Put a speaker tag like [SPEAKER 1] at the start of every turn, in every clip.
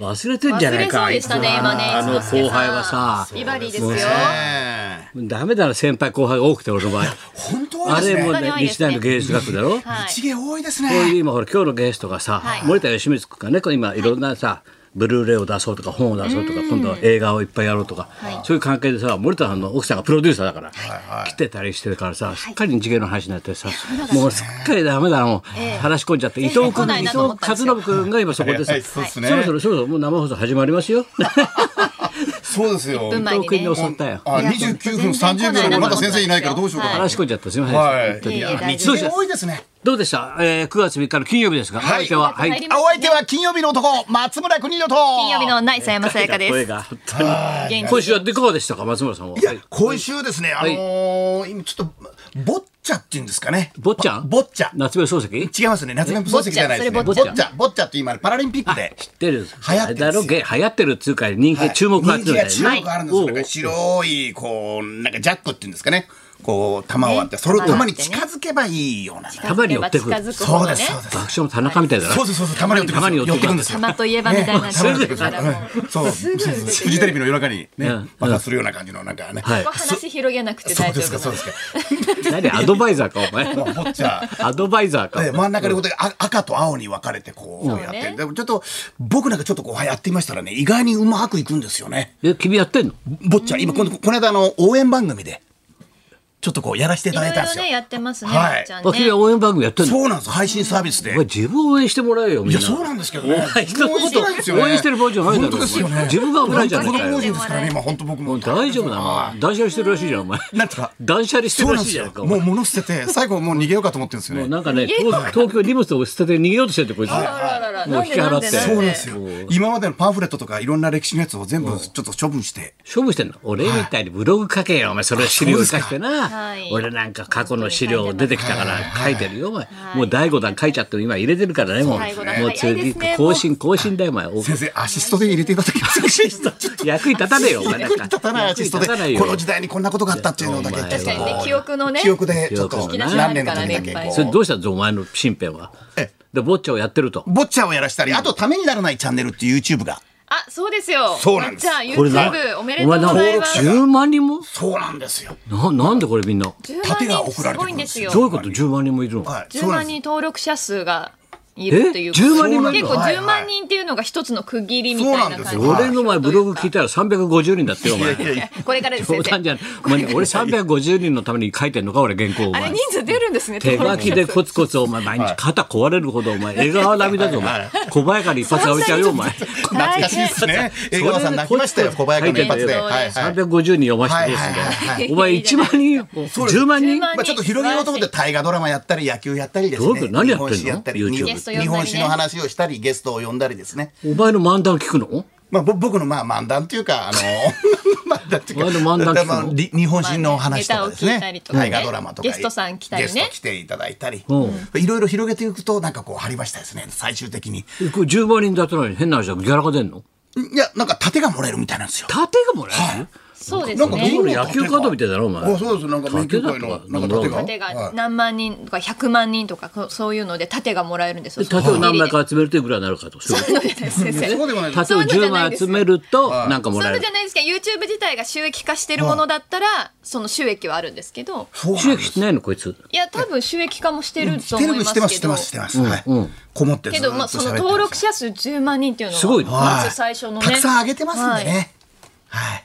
[SPEAKER 1] 忘れてんじゃないか
[SPEAKER 2] 忘れそうでしたね
[SPEAKER 1] あいつ
[SPEAKER 2] 今ね
[SPEAKER 1] あの
[SPEAKER 2] 一之輔さん
[SPEAKER 1] 後輩はさ
[SPEAKER 2] ビバリーです
[SPEAKER 1] も
[SPEAKER 2] よ
[SPEAKER 1] う。ダメだな先輩後輩が多くて俺の場合
[SPEAKER 3] 本当
[SPEAKER 1] あ
[SPEAKER 3] 多いです
[SPEAKER 1] れも
[SPEAKER 3] ね。
[SPEAKER 1] ね日大の芸術学部だろ、
[SPEAKER 2] はい
[SPEAKER 3] 一芸多いです
[SPEAKER 1] こういう
[SPEAKER 3] ね。
[SPEAKER 1] 今ほら今日のゲストがさ、
[SPEAKER 2] はい
[SPEAKER 1] 森田芳光君がねこれ今いろんなさ、ブルーレイを出そうとか本を出そうとか今度は映画をいっぱいやろうとか、
[SPEAKER 2] い
[SPEAKER 1] そういう関係でさ森田さんの奥さんがプロデューサーだから、来てたりしてるからさすっかり日芸の話になってさ、もうすっかりダメだもう、
[SPEAKER 2] ええ
[SPEAKER 1] 話し込んじゃって伊藤
[SPEAKER 2] 全然来
[SPEAKER 1] 君
[SPEAKER 2] ない
[SPEAKER 1] 伊
[SPEAKER 2] な
[SPEAKER 1] 藤
[SPEAKER 2] と思った
[SPEAKER 1] 和
[SPEAKER 2] んですよ
[SPEAKER 1] 信君が今そこでさ、
[SPEAKER 3] はいそうですね
[SPEAKER 1] そろそろそろそろもう生放送始まりますよ
[SPEAKER 3] そうですよ。
[SPEAKER 2] 分 前
[SPEAKER 1] 伊
[SPEAKER 2] に
[SPEAKER 1] 藤君に
[SPEAKER 2] ね。
[SPEAKER 1] 襲ったよ
[SPEAKER 3] あ、
[SPEAKER 2] いや
[SPEAKER 3] 二十九分三十秒でまだ先生いないからどうしようかな。
[SPEAKER 1] 話し込んじゃったすみません、
[SPEAKER 3] はい
[SPEAKER 1] 本当に
[SPEAKER 2] いえいえ
[SPEAKER 1] いや
[SPEAKER 2] 大
[SPEAKER 1] 三つ
[SPEAKER 2] 丈
[SPEAKER 1] 星
[SPEAKER 2] 夫です
[SPEAKER 3] 一芸多いですね。
[SPEAKER 1] どうでした、えー、9月3日の金曜日ですが、
[SPEAKER 3] はい
[SPEAKER 1] お相手は、は
[SPEAKER 2] 入り
[SPEAKER 1] い、
[SPEAKER 2] ま
[SPEAKER 3] あお相手は金曜日の男松村邦洋と。金
[SPEAKER 2] 金曜日のナイス山さやかです。
[SPEAKER 1] 声が本当に
[SPEAKER 2] 元気
[SPEAKER 1] 今週はでいかがでしたか松村さんは。
[SPEAKER 3] いや今週ですね、あのー、今ちょっと、ボッチャっていうんですかね。
[SPEAKER 1] 坊っちゃん
[SPEAKER 3] ボッチャ。
[SPEAKER 1] 夏目漱石
[SPEAKER 3] 違いますね、夏目漱石じゃないですね。
[SPEAKER 2] ボ
[SPEAKER 3] ボ
[SPEAKER 2] ッ
[SPEAKER 3] ッ
[SPEAKER 2] チ
[SPEAKER 3] チ
[SPEAKER 2] ャそれ
[SPEAKER 3] ャ、ボッチャって今、パラリンピックで。
[SPEAKER 1] 知ってる
[SPEAKER 3] 流行ってるんですよ
[SPEAKER 1] あれだろげ流行ってるっていうか人気、注目が
[SPEAKER 3] が
[SPEAKER 1] 集めた
[SPEAKER 3] 注目
[SPEAKER 1] よね。
[SPEAKER 3] があるんですよ。
[SPEAKER 1] おう
[SPEAKER 3] なんか白い、こう、なんかジャックっていうんですかね。こう、球を割って、それを球に近づけばいいような。
[SPEAKER 1] たまに寄ってくる
[SPEAKER 2] 近づくほどね
[SPEAKER 3] そうですそうです
[SPEAKER 1] 爆笑の田中みたいだな。
[SPEAKER 3] そうそうそうそう、たまに寄ってくるんですよ。寄ってくるんですよ。
[SPEAKER 2] 今といえばみたいな。
[SPEAKER 3] そう
[SPEAKER 2] だからもう
[SPEAKER 3] そう、フジテレビの夜中にね
[SPEAKER 1] うん、
[SPEAKER 3] 爆発するような感じの、なんかね。
[SPEAKER 1] はい
[SPEAKER 2] ここ話広げなくて
[SPEAKER 3] そ
[SPEAKER 2] 大
[SPEAKER 3] う
[SPEAKER 2] 丈
[SPEAKER 3] ですか、
[SPEAKER 2] 夫
[SPEAKER 3] そ
[SPEAKER 2] な
[SPEAKER 3] うんで
[SPEAKER 2] です
[SPEAKER 3] か。
[SPEAKER 1] 何アドバイザーかお 前。
[SPEAKER 3] まあボッチャ。
[SPEAKER 1] アドバイザーか。
[SPEAKER 3] で真ん中のことであ赤と青に分かれてこうやって、
[SPEAKER 2] そうね
[SPEAKER 3] でもちょっと僕なんかちょっとこうやってみましたらね意外にうまくいくんですよね
[SPEAKER 1] え君やってんの？
[SPEAKER 3] ぼっちゃん今このこの間あの応援番組でちょっとこうやらせてい
[SPEAKER 2] い
[SPEAKER 3] ただ
[SPEAKER 2] ろ
[SPEAKER 3] い
[SPEAKER 2] い
[SPEAKER 3] た
[SPEAKER 2] ろ
[SPEAKER 3] んですよ、
[SPEAKER 2] ねやってますね。
[SPEAKER 3] はい
[SPEAKER 2] まっちゃん
[SPEAKER 1] あ君は
[SPEAKER 2] ね。
[SPEAKER 1] 応援番組やってんの？
[SPEAKER 3] そうなんです配信サービスで、
[SPEAKER 1] お前自分を応援してもらえよみん
[SPEAKER 3] い
[SPEAKER 1] な。
[SPEAKER 3] やそうなんですけど
[SPEAKER 1] お
[SPEAKER 3] ね
[SPEAKER 1] 前人のこ
[SPEAKER 3] 応援してないです
[SPEAKER 1] と
[SPEAKER 3] よね
[SPEAKER 1] 応援してる場合じゃないだろ。
[SPEAKER 3] 本当ですよね
[SPEAKER 1] 自分が危ないじゃないか
[SPEAKER 3] 本当
[SPEAKER 1] よ
[SPEAKER 3] に。ですからね今本当僕も
[SPEAKER 1] 大丈夫な
[SPEAKER 3] はい
[SPEAKER 1] の？断捨離してるらしいじゃんお前。
[SPEAKER 3] なんですか
[SPEAKER 1] 断捨離して
[SPEAKER 3] そ
[SPEAKER 1] るら
[SPEAKER 3] うなん
[SPEAKER 1] しい
[SPEAKER 3] です
[SPEAKER 1] じゃな
[SPEAKER 3] よ
[SPEAKER 1] いか。お
[SPEAKER 3] も
[SPEAKER 1] 前
[SPEAKER 3] う物捨てて最後もう逃げようかと思ってるんですよね
[SPEAKER 1] なんかね、東東京荷物を捨てて逃げようとしてるってこいつ。
[SPEAKER 2] あららら
[SPEAKER 1] もう引き払って
[SPEAKER 3] そうなんです
[SPEAKER 2] よ。
[SPEAKER 3] よ今までのパンフレットとかいろんな歴史のやつを全部ちょっと処分して
[SPEAKER 1] 処分してんの俺みたいにブログ書けよ、お前それ資料書してな、
[SPEAKER 2] はい
[SPEAKER 1] 俺なんか過去の資料出てきたから書いてるよ、お前、もう第5弾書いちゃっても今入れてるからねもう
[SPEAKER 2] 第五弾
[SPEAKER 1] もう
[SPEAKER 2] 早いですね
[SPEAKER 1] 更新更新だよお前お
[SPEAKER 3] 先生アシストで入れていただけますかアシスト
[SPEAKER 1] 役に立たねえよお前な
[SPEAKER 3] 役
[SPEAKER 1] ん
[SPEAKER 3] に
[SPEAKER 1] か
[SPEAKER 3] 立たないアシストで
[SPEAKER 1] 役に立たないよ
[SPEAKER 3] この時代にこんなことがあったっていうのだ
[SPEAKER 1] お
[SPEAKER 3] け
[SPEAKER 1] 前
[SPEAKER 3] ちょっと
[SPEAKER 2] 確かにね記憶のね
[SPEAKER 3] 記憶でちょっ
[SPEAKER 1] 記
[SPEAKER 3] と
[SPEAKER 1] 憶の
[SPEAKER 2] ね
[SPEAKER 3] 何年の時だけ
[SPEAKER 2] 何年かねいっぱい
[SPEAKER 1] それ
[SPEAKER 3] こ
[SPEAKER 1] どうしたんですお前の身辺は
[SPEAKER 3] え
[SPEAKER 1] でボッチャをやってると
[SPEAKER 3] うボッチャをやらしたりあとためにならないチャンネルっていう YouTube が
[SPEAKER 2] あそうですよ。
[SPEAKER 3] そうなんです
[SPEAKER 2] まっちゃん
[SPEAKER 1] これな
[SPEAKER 2] YouTube おめでとうご
[SPEAKER 1] お
[SPEAKER 2] ざ
[SPEAKER 1] 前
[SPEAKER 2] い
[SPEAKER 1] な
[SPEAKER 2] ます。
[SPEAKER 1] 10万人も
[SPEAKER 3] そうなんですよ
[SPEAKER 1] ななんでこれみんな
[SPEAKER 2] 10
[SPEAKER 3] 縦が
[SPEAKER 2] 万人
[SPEAKER 3] 送
[SPEAKER 2] す
[SPEAKER 3] られ
[SPEAKER 2] ご
[SPEAKER 3] てく
[SPEAKER 2] い
[SPEAKER 3] る
[SPEAKER 2] ん
[SPEAKER 3] ん
[SPEAKER 2] で
[SPEAKER 3] ですす
[SPEAKER 2] よ
[SPEAKER 3] よ。
[SPEAKER 1] どういうこと10万人もいるの、
[SPEAKER 3] はい
[SPEAKER 2] 10
[SPEAKER 3] そうな
[SPEAKER 2] 万
[SPEAKER 3] んで
[SPEAKER 2] 人登録者数がいるっていう
[SPEAKER 1] え10万人もいる
[SPEAKER 2] 結
[SPEAKER 1] の
[SPEAKER 2] 構10万人っていうのが一つの区切りみたいな感じ
[SPEAKER 3] そうなんです
[SPEAKER 1] 俺の前ブログ聞いたら350人だってよお前
[SPEAKER 3] すいやい や
[SPEAKER 2] これから です
[SPEAKER 1] 冗
[SPEAKER 2] 先
[SPEAKER 1] 談
[SPEAKER 2] 生
[SPEAKER 1] じゃないお前俺350人のために書いてんのか俺原稿お
[SPEAKER 2] あれ
[SPEAKER 1] 前
[SPEAKER 2] 人数出るんですね
[SPEAKER 1] 手書きでコツコツお前毎日肩壊れるほどお前江川並みだぞお前小早川に一発浴びちゃうよお前
[SPEAKER 3] 懐かしいで すね江川さん泣きましたよ小林君の一発で
[SPEAKER 2] はい
[SPEAKER 3] はいはい
[SPEAKER 1] 350人読ましてどうすんだよお前1万人10万人
[SPEAKER 3] まあ、ちょっと広げようと思って大河ドラマやったり野球やったりです
[SPEAKER 1] どういう
[SPEAKER 3] ね
[SPEAKER 1] こと何やってんの
[SPEAKER 3] 日本史やったり
[SPEAKER 1] YouTube
[SPEAKER 2] ゲス
[SPEAKER 3] 日
[SPEAKER 2] ト呼んだりね
[SPEAKER 3] 本日本史の話をしたりゲストを呼んだりですね、
[SPEAKER 1] お前の漫談聞くの
[SPEAKER 3] まあ、ぼ僕のまあ漫談というかあの 漫談というか
[SPEAKER 1] お前の漫談聞くの
[SPEAKER 3] まあり日本史の話とかです
[SPEAKER 2] まあねネタを聞い
[SPEAKER 3] ね
[SPEAKER 2] たりとかね
[SPEAKER 3] 大河ドラマとか
[SPEAKER 2] ゲストさん来たりね
[SPEAKER 3] ゲスト来ていただいたり
[SPEAKER 1] う
[SPEAKER 3] いろいろ広げていくとなんかこう張りましたですね最終的に
[SPEAKER 1] これ10万人だったのに変な話だギャラが出んの
[SPEAKER 3] いやなんか盾がもらえるみたいなんですよ
[SPEAKER 1] 縦がもらえる
[SPEAKER 2] そうで
[SPEAKER 3] な
[SPEAKER 2] す
[SPEAKER 3] んか
[SPEAKER 2] ね
[SPEAKER 3] どういう
[SPEAKER 1] 野球カードみたいだろお前
[SPEAKER 3] あそうですなんか免許会のなんか盾が
[SPEAKER 2] 縦が
[SPEAKER 3] はい
[SPEAKER 2] 何万人とか100万人とかこうそういうので縦がもらえるんですよ
[SPEAKER 1] 縦を何枚か集めるというぐらいになるかとそういうこ
[SPEAKER 2] そういうのじゃないです先生
[SPEAKER 3] そうでもない
[SPEAKER 1] と
[SPEAKER 3] です
[SPEAKER 1] 縦を10枚集めるとなんかも
[SPEAKER 2] そう
[SPEAKER 1] ら
[SPEAKER 2] いう
[SPEAKER 1] え
[SPEAKER 2] の
[SPEAKER 1] る
[SPEAKER 2] じゃないですけど YouTube 自体が収益化してるものだったらその収益はあるんですけど
[SPEAKER 3] そうなん
[SPEAKER 1] 収
[SPEAKER 3] で
[SPEAKER 1] 益
[SPEAKER 3] す
[SPEAKER 1] してないのこいつ
[SPEAKER 2] いや多分収益化もしてると
[SPEAKER 3] テレ
[SPEAKER 2] 思い
[SPEAKER 3] ビ
[SPEAKER 2] ま
[SPEAKER 3] し
[SPEAKER 2] す
[SPEAKER 3] て
[SPEAKER 2] け
[SPEAKER 3] ま
[SPEAKER 2] ど
[SPEAKER 3] すしてますしてます、はい
[SPEAKER 1] うん
[SPEAKER 3] こもって
[SPEAKER 2] け
[SPEAKER 3] ずっと
[SPEAKER 2] どまあそ
[SPEAKER 3] 喋っ
[SPEAKER 2] の
[SPEAKER 3] てます
[SPEAKER 2] 登録者数10万人っていうのは
[SPEAKER 1] すごいね
[SPEAKER 2] まず最初のね
[SPEAKER 3] たくさん上げてますんでねは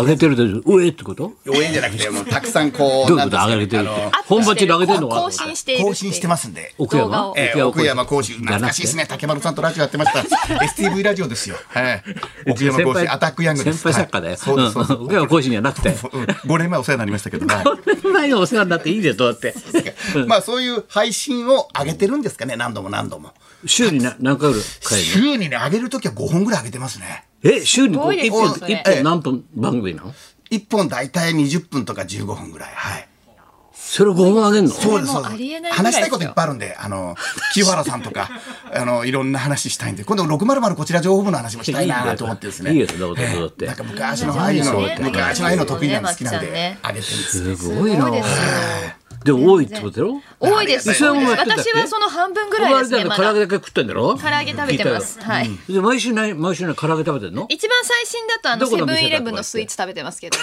[SPEAKER 3] い、
[SPEAKER 1] 上げてるで上ってこと
[SPEAKER 3] 応援じゃなくてもうたくさんこう
[SPEAKER 1] どういうこ
[SPEAKER 3] なん
[SPEAKER 1] と
[SPEAKER 3] ですかね
[SPEAKER 1] 上げてるっ
[SPEAKER 3] あ
[SPEAKER 1] て
[SPEAKER 3] の
[SPEAKER 2] アップ
[SPEAKER 1] 本
[SPEAKER 2] し
[SPEAKER 1] 場地で
[SPEAKER 2] てる
[SPEAKER 1] 上げてるのか
[SPEAKER 2] 更新しているっていう
[SPEAKER 3] 更新してますんで
[SPEAKER 1] 奥
[SPEAKER 2] 動画
[SPEAKER 1] 山
[SPEAKER 2] を
[SPEAKER 3] えー奥山講師懐かしいですね竹丸さんとラジオやってました STV ラジオですよはい奥山講師アタックヤングです
[SPEAKER 1] 先輩作家だよ、
[SPEAKER 3] はいそうですそうです
[SPEAKER 1] うん奥山講師にはなく て
[SPEAKER 3] うん5年前お世話になりました けども
[SPEAKER 1] 前のお世話になっていいでどうって
[SPEAKER 3] まあそういう配信を上げてるんですかね何度も何度も
[SPEAKER 1] 週にな何回ぐらい帰る
[SPEAKER 3] 週にね上げるときは5本ぐらい上げてますね
[SPEAKER 1] のえ週にこう
[SPEAKER 2] すごいで
[SPEAKER 1] 一本
[SPEAKER 2] すねそれ
[SPEAKER 1] 一本何分番組なの
[SPEAKER 3] 1本大体20分とか15分ぐらいはい
[SPEAKER 1] それを5本あげんの
[SPEAKER 3] そうです
[SPEAKER 2] も
[SPEAKER 3] そうう
[SPEAKER 2] ありえな
[SPEAKER 3] で
[SPEAKER 2] い
[SPEAKER 3] す
[SPEAKER 2] ぐらいで
[SPEAKER 3] 話
[SPEAKER 2] すよ
[SPEAKER 3] したいこといっぱいあるんで あの清原さんとかあのいろんな話したいんで今度600こちら情報部の話もしたいなと思ってですね
[SPEAKER 1] いいよそんなことどうだって
[SPEAKER 3] なんか昔のああいうの
[SPEAKER 2] いいですね
[SPEAKER 3] 昔のああいうの得意なの好きなん
[SPEAKER 2] いいです
[SPEAKER 3] で
[SPEAKER 2] ね
[SPEAKER 3] あげてるんです
[SPEAKER 1] すごいな
[SPEAKER 2] そうですよ
[SPEAKER 1] で多いってことだろ
[SPEAKER 2] 多いです
[SPEAKER 1] 磯山もやってたっけ
[SPEAKER 2] 私はその半分ぐらいですね
[SPEAKER 1] お前
[SPEAKER 2] ま
[SPEAKER 1] あれだよ唐揚
[SPEAKER 2] だ
[SPEAKER 1] げだけ食ってんだろ
[SPEAKER 2] 唐揚げ食べてます
[SPEAKER 1] 聞いたよ
[SPEAKER 2] はい
[SPEAKER 1] うんで毎週ない毎週ない唐揚げ食べてんの
[SPEAKER 2] 一番最新だとあの
[SPEAKER 1] どこ
[SPEAKER 2] セ
[SPEAKER 1] の
[SPEAKER 2] ブ
[SPEAKER 1] 店だ
[SPEAKER 2] ンイレブンのスイーツ食べてますけど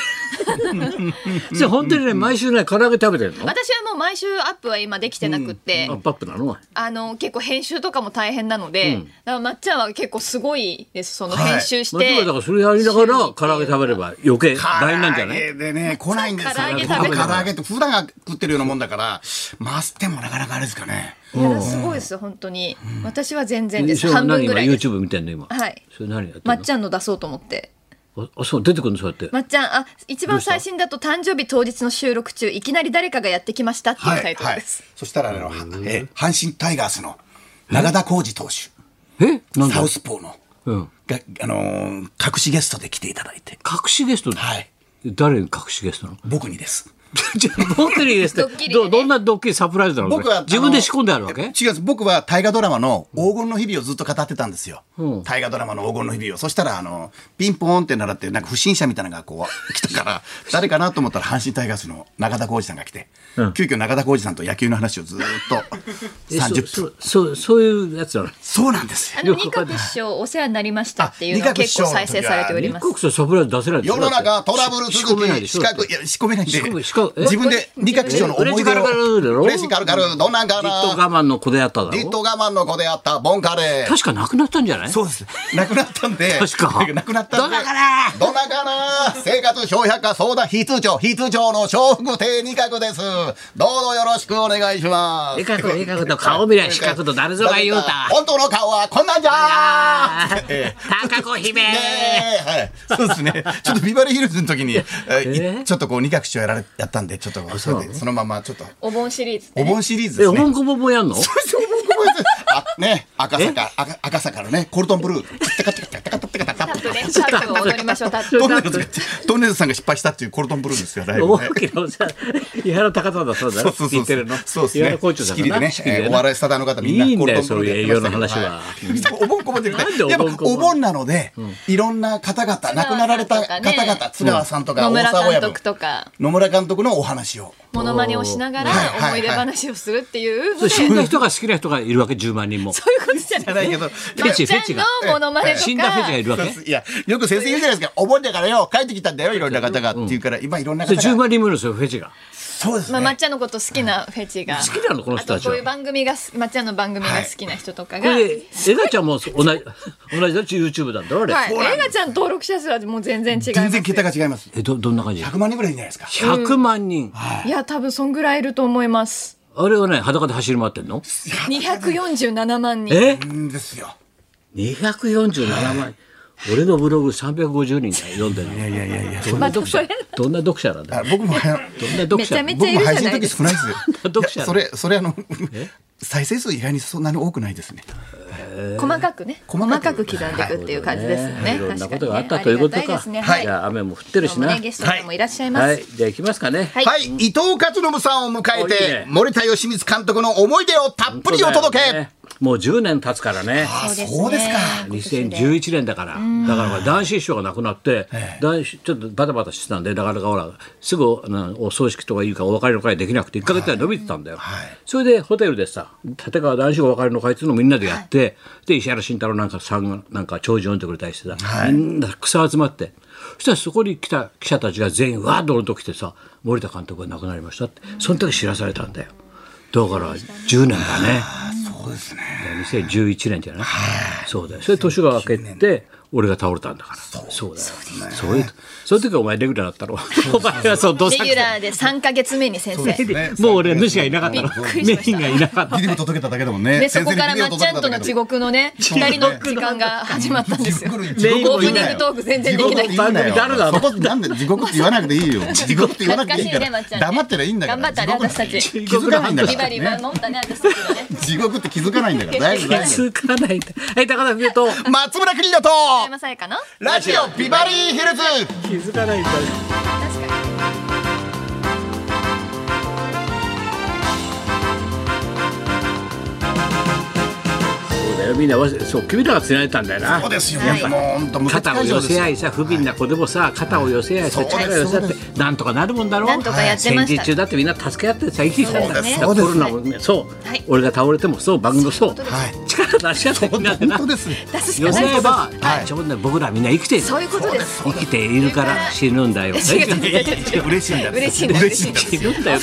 [SPEAKER 1] それ本当にね毎週ね唐揚げ食べてんの
[SPEAKER 2] 私はもう毎週アップは今できてなくって、
[SPEAKER 1] アップアップなのお前
[SPEAKER 2] あの結構編集とかも大変なので、だからまっちゃんは結構すごいですその
[SPEAKER 3] はい
[SPEAKER 2] 編集して、
[SPEAKER 1] 松村だからそれやりながら唐揚げ食べれば余計大変なんじゃない
[SPEAKER 3] 唐揚げでね、来ないんですよ。
[SPEAKER 2] 唐揚げ食べ
[SPEAKER 3] 僕
[SPEAKER 2] て
[SPEAKER 3] は唐揚げって普段が食ってるようなもんだから、回してもなかなかあれですかね。
[SPEAKER 2] いやすごいですよ本当に、私は全然で
[SPEAKER 1] そ
[SPEAKER 2] す
[SPEAKER 1] れ
[SPEAKER 2] 半分
[SPEAKER 1] 何
[SPEAKER 2] ぐ
[SPEAKER 1] 今
[SPEAKER 2] らいです
[SPEAKER 1] YouTube 見てんの今
[SPEAKER 2] はい
[SPEAKER 1] それ何やってん
[SPEAKER 2] ま
[SPEAKER 1] の
[SPEAKER 2] っちゃんの出そうと思って
[SPEAKER 1] ああそう出てくるのそうやって
[SPEAKER 2] まっちゃんあ一番最新だと誕生日当日の収録中いきなり誰かがやってきましたっていうタイトルです、
[SPEAKER 3] そしたら、あの、えー阪神タイガースの長田浩二投手、
[SPEAKER 1] えなんだ
[SPEAKER 3] サウスポーの、
[SPEAKER 1] うん
[SPEAKER 3] が、あのー隠しゲストで来ていただいて。
[SPEAKER 1] 隠しゲスト
[SPEAKER 3] はい。
[SPEAKER 1] 誰に隠しゲストなの
[SPEAKER 3] 僕にです。
[SPEAKER 1] じゃあ僕にゲスト
[SPEAKER 2] ドッキリで
[SPEAKER 1] ど
[SPEAKER 2] ね
[SPEAKER 1] どんなドッキリサプライズなの
[SPEAKER 3] 僕はあの
[SPEAKER 1] 自分で仕込んであるわけ
[SPEAKER 3] 違うです僕は大河ドラマの黄金の日々をずっと語ってたんですよ、
[SPEAKER 1] うん
[SPEAKER 3] 大河ドラマの黄金の日々をそしたらあのピンポーンって習ってなんか不審者みたいなのがこう来たから 誰かなと思ったら阪神タイガースの中田浩二さんが来て、
[SPEAKER 1] うん
[SPEAKER 3] 急遽中田浩二さんと野球の話をずっと
[SPEAKER 1] え
[SPEAKER 3] 30分
[SPEAKER 1] そうそうそういうやつなの
[SPEAKER 3] そうなんです
[SPEAKER 2] あ
[SPEAKER 3] よ
[SPEAKER 2] の二角師匠お世話になりましたっていうの
[SPEAKER 3] あ
[SPEAKER 2] は
[SPEAKER 3] 二角師
[SPEAKER 2] 結
[SPEAKER 3] 匠
[SPEAKER 2] 構再生されており
[SPEAKER 1] 一
[SPEAKER 2] ます
[SPEAKER 1] 国さサプライズ出せないでしょ
[SPEAKER 3] 世の
[SPEAKER 1] だ
[SPEAKER 3] 中
[SPEAKER 1] って
[SPEAKER 3] トラブル
[SPEAKER 1] 仕込
[SPEAKER 3] 続
[SPEAKER 1] めないで
[SPEAKER 3] き
[SPEAKER 1] し
[SPEAKER 3] 四
[SPEAKER 1] ょだっ
[SPEAKER 3] 角
[SPEAKER 1] て
[SPEAKER 3] いや仕込めないんで
[SPEAKER 1] 仕込む仕込むえ
[SPEAKER 3] 自分で二角師匠の思い出を
[SPEAKER 1] フレンチカルカルだろ
[SPEAKER 3] フレンチカルカルどんなんか
[SPEAKER 1] じっと
[SPEAKER 3] な
[SPEAKER 1] 我慢の子でやっただ
[SPEAKER 3] ディッ
[SPEAKER 1] ろ
[SPEAKER 3] ト我慢の子であったボンカレー
[SPEAKER 1] 確かなくなったんじゃない
[SPEAKER 3] そうです。なくなったんで。
[SPEAKER 1] 確か
[SPEAKER 3] なくなったんで。
[SPEAKER 1] どんなかな
[SPEAKER 3] どんなかな生活小百科相談非通帳、非通帳の小福亭二角です。どうぞよろしくお願いします。
[SPEAKER 1] えか くえかくと顔見りゃ比較と誰ぞが言うた
[SPEAKER 3] 本当の顔はこんなんじゃーえ
[SPEAKER 1] 高子姫
[SPEAKER 3] えはい、そうですね。ちょっとビバリーヒルズの時に、えー
[SPEAKER 1] え
[SPEAKER 3] ちょっとこう二角師匠やられやったんで、ちょっとそれでそのままちょっと
[SPEAKER 2] お盆シリーズ
[SPEAKER 3] お盆シリーズで
[SPEAKER 1] え
[SPEAKER 3] す
[SPEAKER 1] お
[SPEAKER 3] ね。
[SPEAKER 1] もんこぼんもやんの
[SPEAKER 3] あね赤坂赤赤坂のねコルトンブルー。テカテカテカテカテカテカ
[SPEAKER 2] タップねタップを踊りましょうタップ
[SPEAKER 3] トンネルズがトンネルズさんが失敗したっていうコルトンブルーですよ、ライブね
[SPEAKER 1] 大。きなさ伊原高さんだそうだ
[SPEAKER 3] そ
[SPEAKER 1] ろ
[SPEAKER 3] うそうそう
[SPEAKER 1] 聞いてるの
[SPEAKER 3] そうです
[SPEAKER 1] 伊
[SPEAKER 3] ね
[SPEAKER 1] 原校長。だ
[SPEAKER 3] 仕
[SPEAKER 1] か
[SPEAKER 3] 切り
[SPEAKER 1] ら
[SPEAKER 3] で
[SPEAKER 1] な
[SPEAKER 3] ね、
[SPEAKER 1] 仕切り
[SPEAKER 3] え
[SPEAKER 1] で
[SPEAKER 3] ーお
[SPEAKER 1] な
[SPEAKER 3] 笑いスタダの方みんない
[SPEAKER 1] いん
[SPEAKER 3] コ
[SPEAKER 1] だ
[SPEAKER 3] ル
[SPEAKER 1] よ
[SPEAKER 3] トンブルーでやってました
[SPEAKER 1] そういう営業の話は
[SPEAKER 3] けどはいお盆こぼんでる
[SPEAKER 1] なんでお盆こぼん
[SPEAKER 3] やっぱお盆なので、いろんな方々、亡くなられた方
[SPEAKER 2] 津川さんと
[SPEAKER 3] 々、
[SPEAKER 2] かね野
[SPEAKER 3] 津川さんとか大沢
[SPEAKER 2] 村
[SPEAKER 3] 親
[SPEAKER 2] 監
[SPEAKER 3] 分
[SPEAKER 2] 督、とか
[SPEAKER 3] 野村監督のお話を。
[SPEAKER 2] モノマネをしながら
[SPEAKER 3] はいはいはい
[SPEAKER 2] 思い出話をするっていうので
[SPEAKER 1] 死んだ人が好きな人がいるわけ10万人も
[SPEAKER 2] そういうことじゃない
[SPEAKER 3] ないけど、
[SPEAKER 1] フェチフ
[SPEAKER 2] ちゃ
[SPEAKER 1] ェチ
[SPEAKER 2] ん
[SPEAKER 1] が
[SPEAKER 2] のモノマネとか
[SPEAKER 1] 死んだフェチがいるわけ
[SPEAKER 3] いや、よく先生言うじゃないですか、お盆だからよ、帰ってきたんだよ、いろんな方がっていうから、今いろんな
[SPEAKER 1] それ
[SPEAKER 3] 方
[SPEAKER 1] 10
[SPEAKER 3] が。
[SPEAKER 1] 万人もいるんですよフェチが
[SPEAKER 3] そうです
[SPEAKER 2] まあ、
[SPEAKER 3] ね
[SPEAKER 2] まっ。ちゃんのこと好きなフェチが
[SPEAKER 1] 好きなのこの人たちは
[SPEAKER 2] あとこういう番組がすまっちゃんの番組が好きな人とか
[SPEAKER 1] こ
[SPEAKER 2] が、
[SPEAKER 1] れでえなちゃんも同じ同じだっち YouTube なんだろあれ
[SPEAKER 2] はい、映画ちゃん登録者数はもう全然違います
[SPEAKER 3] 全然桁が違います。
[SPEAKER 1] えどどんな感じ
[SPEAKER 3] 100万人ぐらいいるんじゃないですか。
[SPEAKER 1] 100万人
[SPEAKER 2] いや多分そんぐらいいると思います
[SPEAKER 1] あれはね裸で走り回ってんの
[SPEAKER 2] 247万人
[SPEAKER 1] え
[SPEAKER 3] うんですよ。
[SPEAKER 1] 247万人俺のブログ350人が読んでるの
[SPEAKER 3] いやいやいや、
[SPEAKER 1] どんな読者どんな読者なんだ
[SPEAKER 3] あ僕も、あの
[SPEAKER 1] どんな読
[SPEAKER 2] めち
[SPEAKER 1] 者
[SPEAKER 2] ゃめちゃ
[SPEAKER 3] 僕
[SPEAKER 2] い
[SPEAKER 3] も
[SPEAKER 2] る
[SPEAKER 3] 配
[SPEAKER 2] じゃ
[SPEAKER 3] 信
[SPEAKER 2] な
[SPEAKER 3] の
[SPEAKER 2] いで
[SPEAKER 3] 時
[SPEAKER 2] す
[SPEAKER 3] 少
[SPEAKER 2] か
[SPEAKER 3] ないですよ。
[SPEAKER 1] 読者
[SPEAKER 3] いやそれ、それあの、再生数意外にそんなに多くないですね。
[SPEAKER 2] 細かくね細
[SPEAKER 3] 細か
[SPEAKER 2] かく
[SPEAKER 3] く
[SPEAKER 2] 刻んでいくっていう感じですよね
[SPEAKER 1] いろんな
[SPEAKER 2] 確か
[SPEAKER 1] こと
[SPEAKER 2] にね
[SPEAKER 1] があったということ
[SPEAKER 2] ありが
[SPEAKER 1] か。
[SPEAKER 2] たですね
[SPEAKER 1] は
[SPEAKER 2] はいい
[SPEAKER 1] じゃあ雨も降ってる
[SPEAKER 2] 今日
[SPEAKER 1] し
[SPEAKER 2] も
[SPEAKER 1] な。
[SPEAKER 2] ねゲストさんもいらっしゃいます、
[SPEAKER 1] はい、じゃあ行きますかね。
[SPEAKER 2] い
[SPEAKER 3] はい、伊藤勝信さんを迎え
[SPEAKER 1] おいい
[SPEAKER 3] て
[SPEAKER 1] ね、
[SPEAKER 3] 森田義満監督の思い出をたっぷりお届
[SPEAKER 1] そうだよ
[SPEAKER 3] け
[SPEAKER 1] ね。もう10年経つからね。
[SPEAKER 3] そうですか
[SPEAKER 2] 今年で
[SPEAKER 1] 2011年だから、だからほら男子師匠が亡くなって、男子ちょっとバタバタしてたんで、なかなかほら、すぐあのお葬式とかいうか、お別れの会できなくて、1か月ぐらい伸びてたんだよ、
[SPEAKER 3] はい
[SPEAKER 1] それでホテルでさ、立川男子お別れの会っていうのをみんなでやって、で石原慎太郎なんかさんがなんか長寿読んでくれたりしてさ、みんな草集まって、そしたらそこに来た記者たちが全員、わーっと俺のと来てさ、森田監督が亡くなりましたって、その時知らされたんだよ。だから10年だね。
[SPEAKER 3] そうですね。
[SPEAKER 1] 2011年じゃない、そうだよそれ年が明けて俺が倒れたんだからそうだよそういうその時お前レギュラーだったろお前はそうど
[SPEAKER 2] レ
[SPEAKER 1] さく
[SPEAKER 2] ギュラーで3か月目に先生
[SPEAKER 1] もう俺主がいなかったの
[SPEAKER 2] びっくりし
[SPEAKER 1] メ
[SPEAKER 2] まし
[SPEAKER 1] イ
[SPEAKER 2] た
[SPEAKER 1] ンがいなかった
[SPEAKER 3] ビデオ届けただけでもね。
[SPEAKER 2] でそこからまっちゃんとの地
[SPEAKER 3] 地
[SPEAKER 2] 獄のね二人の時間が始まったんですよ
[SPEAKER 3] 獄に
[SPEAKER 2] オ
[SPEAKER 3] 地獄
[SPEAKER 2] ープニングトーク全然できない
[SPEAKER 1] 地獄番組誰だ
[SPEAKER 3] そこなんで地獄って言わなくて いいよ。地獄って言わなくていいか
[SPEAKER 2] 懐かしいねまっちゃ
[SPEAKER 3] ら。
[SPEAKER 2] んね
[SPEAKER 3] 黙ってりゃいいんだから。
[SPEAKER 2] 頑張ったね私たち
[SPEAKER 3] 地獄気づかないんだか
[SPEAKER 2] ビバ
[SPEAKER 3] ら
[SPEAKER 2] リーは
[SPEAKER 3] ね。
[SPEAKER 2] 飲んだね私たちはね
[SPEAKER 3] 地獄って気づかないんだから。大丈
[SPEAKER 1] 気
[SPEAKER 3] 夫大丈夫。
[SPEAKER 1] づかないはい高田文夫と
[SPEAKER 3] 松村邦洋と
[SPEAKER 2] 小山さやかの
[SPEAKER 3] ラジオビバリーヒルズ
[SPEAKER 1] 気づかないんだ
[SPEAKER 2] 確かに
[SPEAKER 1] そうだよよみんなわそう君らがつないでたんだよな
[SPEAKER 3] そうですよ、
[SPEAKER 2] はい
[SPEAKER 3] もう本当無血
[SPEAKER 1] 肩を
[SPEAKER 3] 開
[SPEAKER 1] 寄
[SPEAKER 3] 城です
[SPEAKER 1] せ
[SPEAKER 3] よ
[SPEAKER 1] 合いさ不憫な子でもさ肩を寄せ合いさ
[SPEAKER 3] そうです
[SPEAKER 1] 力を寄せ合って
[SPEAKER 3] そう
[SPEAKER 1] なんとかなるもんだろう
[SPEAKER 2] なんとかやって
[SPEAKER 1] 戦
[SPEAKER 2] ました
[SPEAKER 1] 時中だってみんな助け合ってさ生きてきたんだ
[SPEAKER 3] そうです
[SPEAKER 1] だからコロナもねそう、
[SPEAKER 2] はい
[SPEAKER 1] 俺が倒れてもそう番組もそう
[SPEAKER 3] はい
[SPEAKER 1] 力出し合ってみんなでな
[SPEAKER 3] 本当ですよ
[SPEAKER 2] 出すしか
[SPEAKER 1] 寄
[SPEAKER 2] な
[SPEAKER 1] せ
[SPEAKER 2] い
[SPEAKER 1] 合えば
[SPEAKER 3] はい
[SPEAKER 1] ちょうど僕らみんな生きている
[SPEAKER 2] そういうことです
[SPEAKER 1] 生きているから死ぬんだよ
[SPEAKER 2] 違う違う違う違う
[SPEAKER 3] 嬉しいんだ
[SPEAKER 2] 嬉しいんだ
[SPEAKER 3] 嬉しいんだ
[SPEAKER 1] 死ぬんだよ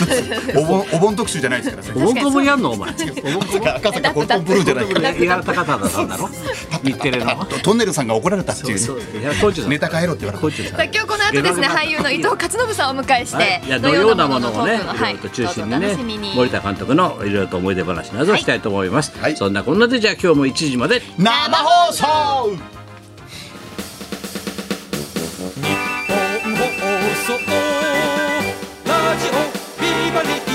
[SPEAKER 3] お盆お盆特集じゃないですから
[SPEAKER 1] お
[SPEAKER 3] ね
[SPEAKER 1] ぼんこもやんのお前
[SPEAKER 3] 赤坂赤坂ポンポンブルーじゃないから
[SPEAKER 1] やらたかたださんだ ろ日テレの
[SPEAKER 3] トンネルさんが怒られたっていう
[SPEAKER 1] そうそういやコーチさん
[SPEAKER 3] ネタ変えろって言われた
[SPEAKER 1] コーチさん
[SPEAKER 2] さあ今日この後ですね俳優の伊藤勝信さんをお迎えし
[SPEAKER 1] はい、いや
[SPEAKER 2] て
[SPEAKER 1] の
[SPEAKER 2] 土
[SPEAKER 1] よ
[SPEAKER 2] 曜
[SPEAKER 1] うなも
[SPEAKER 2] のも
[SPEAKER 1] の
[SPEAKER 2] の
[SPEAKER 1] を
[SPEAKER 2] の
[SPEAKER 1] ね、
[SPEAKER 2] トークの
[SPEAKER 1] いろいろと
[SPEAKER 2] はい
[SPEAKER 1] 中心
[SPEAKER 2] ど
[SPEAKER 1] に
[SPEAKER 2] う
[SPEAKER 1] ね
[SPEAKER 2] ぞお楽しみに
[SPEAKER 1] 森田監督のいろいろと思い出話などしたいと思います、
[SPEAKER 3] はい
[SPEAKER 1] そんなこんなでじゃあ今日も1時まで
[SPEAKER 3] 生放送
[SPEAKER 4] 日本放送ラジオビバリー